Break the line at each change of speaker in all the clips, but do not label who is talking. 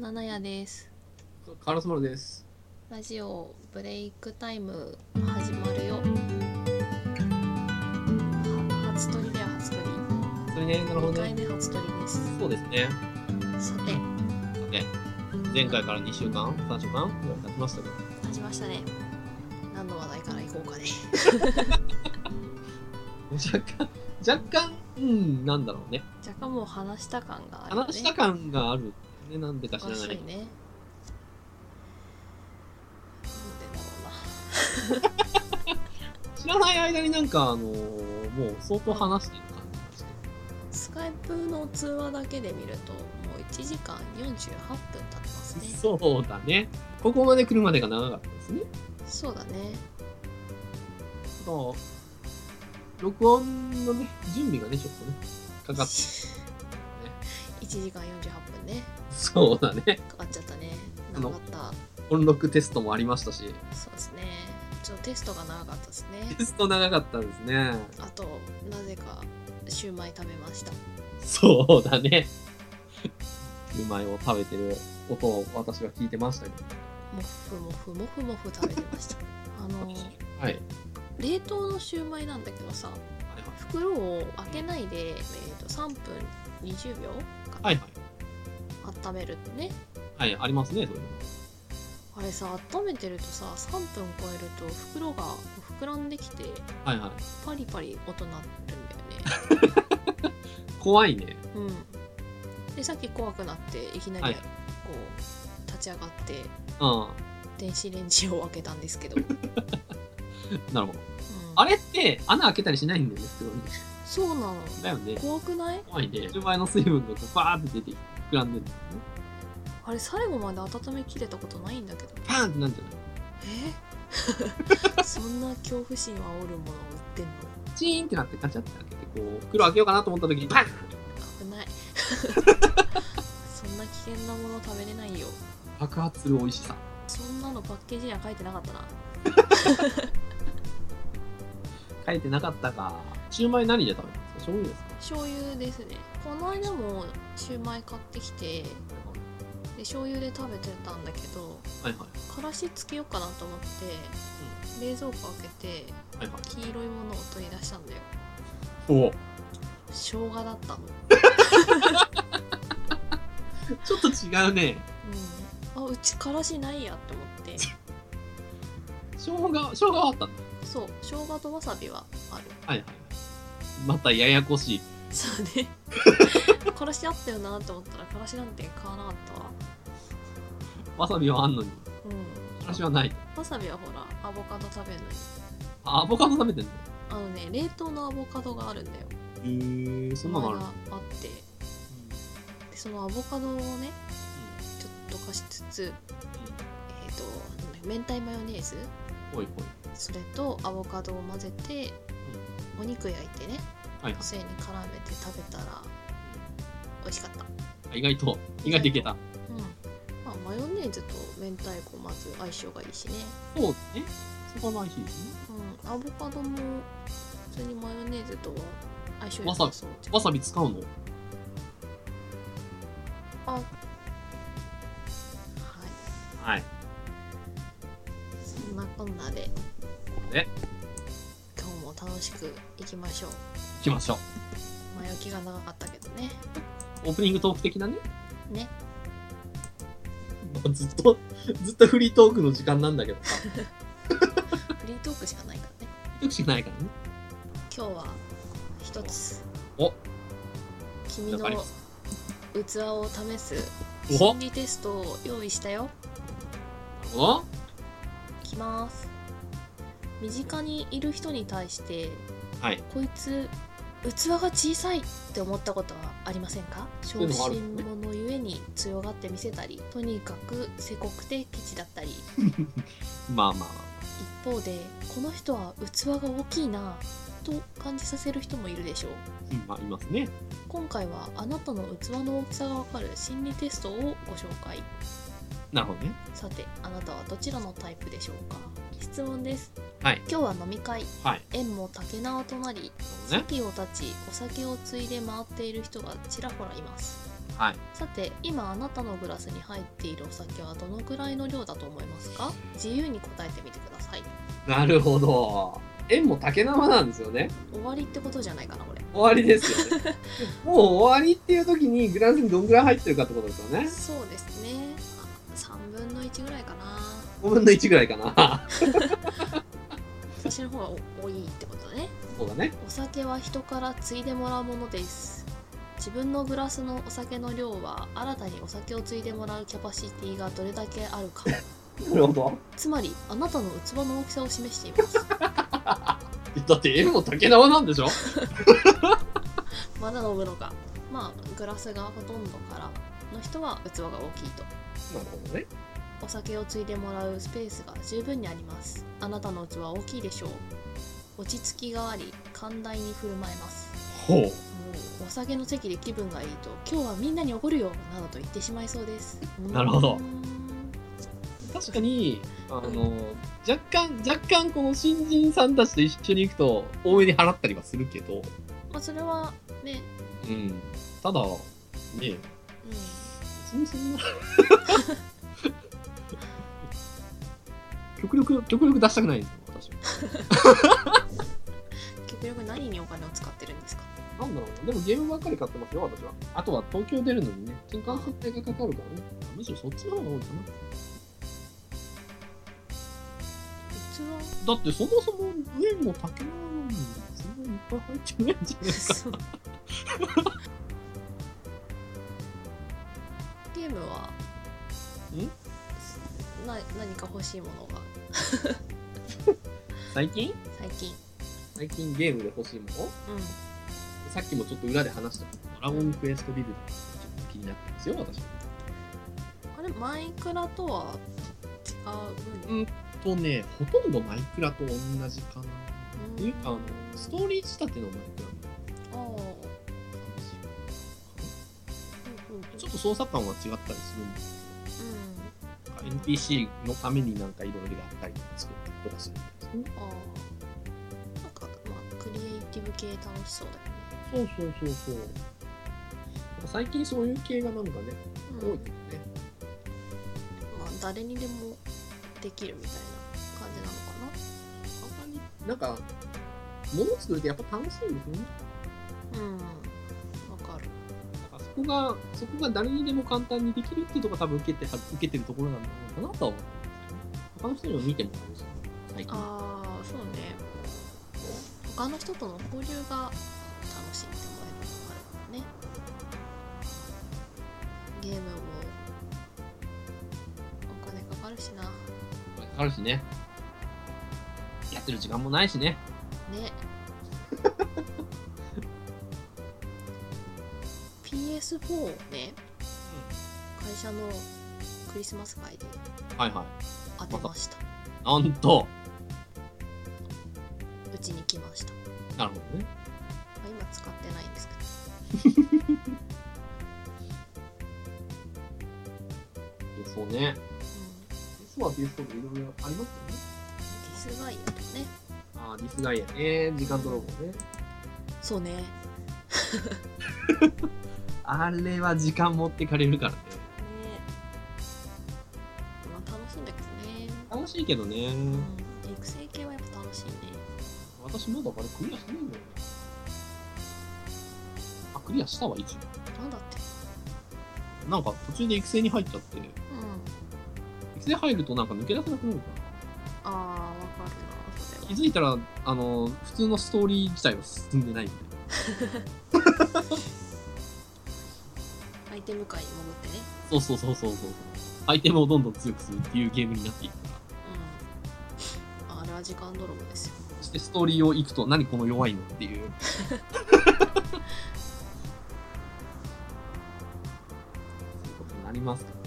七谷です
カラスマルです。
ラジオブレイクタイム始まるよは初撮りだよ初撮り
それね、なるほ
2
ど
回
ね。
目初撮りです
そうですね。
さて
ね、前回から2週間、3週間ぐらい経ちましたけど、
始まりましたね何の話題からいこうかね
若干、若干、うん、なんだろうね。
若干もう話した感があるよね
話した感がある。ね、なんでか知
お
ら
かし
な
い
い。
ねなんでだろうな
知らない間になんか、あのーもう相当話してる感じがして。
スカイプの通話だけで見るともう1時間48分経ってますね
そうだね。ここまで来るまでが長かったですね。
そうだね
そう。録音のね、準備がね、ちょっとね、か かっ
1時間48分ね
そうだね。
かかっちゃったね
あ
長か
の
った
音録テストもありましたし、
そうですねちょっとテストが長かったですね
テスト長かったですね。
あとなぜかシューマイ食べました
そうだね。シューマイを食べてる音を私は聞いてましたけど。
もふもふもふもふ食べて ましたあの
はい。はい
冷凍のシューマイなんだけどさ袋を開けないで、えー、と3分20秒かな、
はい。
温めるってね
はい、ありますね、それ。
あれさ温めてるとさ3分超えると袋が膨らんできて
はいはい。
パリパリ音鳴ってるんだよね
怖いね。
うん、でさっき怖くなっていきなり、
はい
こう立ち上がって
う
電子レンジを開けたんですけど、う ん
ん。なるほど。あれって穴開けたりしないんだよね、袋に。
そうなの
だよね。
怖くない
怖いね。シューマイの水分がこうバーって出て膨らんでるんだよね。
あれ最後まで温めきれたことないんだけど
パーンってなんじゃない
え そんな恐怖心を煽るものを売ってんの
チーンってなってガチャって開けて、こう、袋開けようかなと思った時に、パーン
危ない そんな危険なもの食べれないよ
爆発する美味しさ。
そんなのパッケージには書いてなかったな
書いてなかったか。シューマイ何で食べたんですか醤油ですか
醤油ですねこの間もシューマイ買ってきてで醤油で食べてたんだけど
はいはい。
からしつけようかなと思って、冷蔵庫開けて
はいはい。
黄色いものを取り出したんだよ
お
生姜だったの、
ちょっと違うね。
うん、あうちからしないやと思 って
生姜、生姜はあったんだ。
そう生姜とわさびはある
はいはい。またややこしい。
そうね からしあったよなと思ったらからしなんて買わなかったわ
わさびはあんのに、
うん
私はない。
わさびはほらアボカド食べるのに
あアボカド食べてんの
あのね冷凍のアボカドがあるんだよ
へえ、そんなのあるの
これがあってでそのアボカドをねちょっと溶かしつつ、えっ、と明太マヨネーズ
ほいほい。
それとアボカドを混ぜてお肉焼いてね
はいは
つゆに絡めて食べたら美味しかった、
い。意外と、意外といけた。
うんまあ、マヨネーズと明太子まず相性がいいしね、
そうね。そこが美味しいですね。
うん、アボカドも普通にマヨネーズとは相性良
わさ
さ
び
そうじ
わさび使うの
ゃんあはい
はい。
そんなこんなで
で
今日も楽しくいきましょう
行きましょう。
前置きが長かったけどね
オープニングトーク的なね。
ね
まあずっと、 ずっとフリートークの時間なんだけどさ。
フリートークしかないからね
よくしかないからね。
今日は一つ
お
君の
わかりま
器を試す
お
心理テストを用意したよ
お
いきます身近にいる人に対して
はい。
こいつ器が小さいって思ったことはありませんか
う
小
いうのもある
心者ゆえに強がって見せたりとにかくせこくてケチだ ったり
まあまあま
一方でこの人は器が大きいなと感じさせる人もいるでしょう
あ、まあいますね。
今回はあなたの器の大きさがわかる心理テストをご紹介
なるほどね。
さてあなたはどちらのタイプでしょうか質問です
はい。
今日は飲み会
はい。
縁も竹縄となり
そうね。
席を立ちお酒をついで回っている人がちらほらいます
はい
さて今あなたのグラスに入っているお酒はどのくらいの量だと思いますか自由に答えてみてください
なるほど縁も竹生なんですよね
終わりってことじゃないかなこれ
終わりですよね もう終わりっていう時にグラスにどんぐらい入ってるかってことですよね
そうですねあ3分の1ぐらいかな
5分の1ぐらいかな
私の方がお多いってことだね
そうだね
お酒は人からついでもらうものです自分のグラスのお酒の量は新たにお酒をついでもらうキャパシティがどれだけあるか
なるほど
つまりあなたの器の大きさを示しています
だって縁も竹生なんでしょ
まだ飲むのかまあグラスがほとんどからの人は器が大きいと
なるほどね
お酒をついでもらうスペースが十分にありますあなたの器は大きいでしょう落ち着きがあり寛大に振る舞えます
ほ
もうお酒の席で気分がいいと今日はみんなにおごるよなどと言ってしまいそうです
なるほど
うーん
う確かにあの若干若干この新人さんたちと一緒に行くと多めに払ったりはするけど
まあそれはね
うんただ
う
ね
ん
そもそもな 極力極力出したくないんですよ私は
極力何にお金を使ってるんですか
なんだろうなでもゲームばっかり買ってますよ私はあとは東京出るのにね新幹線代がかかるからねむしろそっちの方が多いか
器
なだってそもそも上も竹のにそんなにいっぱい入ってないんじゃないですか
そうゲームはな何か欲しいものが
最近
最近
最近ゲームで欲しいもの
うん
さっきもちょっと裏で話したドラゴンクエストビルドちょっと気になってますよ私は
あれマイクラとは違う
うんとねほとんどマイクラと同じかなっていうかあのストーリー仕立てのマイクラ
あ
の
あー
話か
うんうんうん
なちょっと操作感は違ったりするんですけど NPC のためになんかいろいろやったりとか作ったりとかするんですね
うんああなんかまあクリエイティブ系楽しそうだ
そうそうそうそう最近そういう系がなんかね多
よね、う
い
ん、
ですね
まあ誰にでもできるみたいな感じなのか
あんまりなんか物作るってやっぱ楽しいんですよね
なうんわかる
なんかそこがそこが誰にでも簡単にできるっていうところが多分受けては受けてるところなんだろうかなとは思うんですけど他の人にも見てもらえるし最近
ああそうね他の人との交流が楽しんでもらえるのもあるからねゲームもお金かかるしな
あるしねやってる時間もないしね
ね PS4 をね、会社のクリスマス会で
はいはい
当てました
なんと
うちに来ました、
なるほど
ま
ね
あ、今使ってないんですけど
そう
う
ね
んデ
実は PS とかいろいろありますよ
ィス
ね
ガイアとかね
ああディスガイアね時間泥棒ね
そうね
あれは時間持ってかれるからね
ねまあ楽しいんだけどね、
楽しいけどね
うん、育成系はやっぱ楽しいね
私まだあれクリアしてないんだよねあクリアしたわ一応
なんだって
なんか途中で育成に入っちゃって、
うん
育成入るとなんか抜け出せなくなるか
ああわかるなそれ
ら。
は
気づいたら、あの、普通のストーリー自体は進んでないみたいな。
アイテム界に潜ってね
そうそうそうそうそうそう。アイテムをどんどん強くするっていうゲームになっていくか
うんあれは時間泥棒ですよ
ら。そしてストーリーを行くと、何この弱いのっていう。そういうことになりますから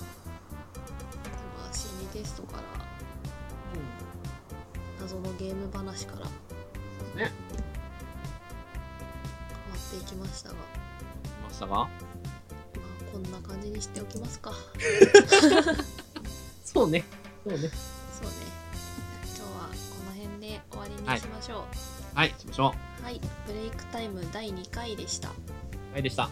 でも心理テストから謎のゲーム話から変わ
そうですね。
っていきましたが、ま
いましたが。
あ、こんな感じにしておきますか
そ
そ
うね。そうね。
うね今日はこの辺で終わりにしましょう、はい、しましょ
はい、ブレイクタイム第2回でした。
う。はい、でした。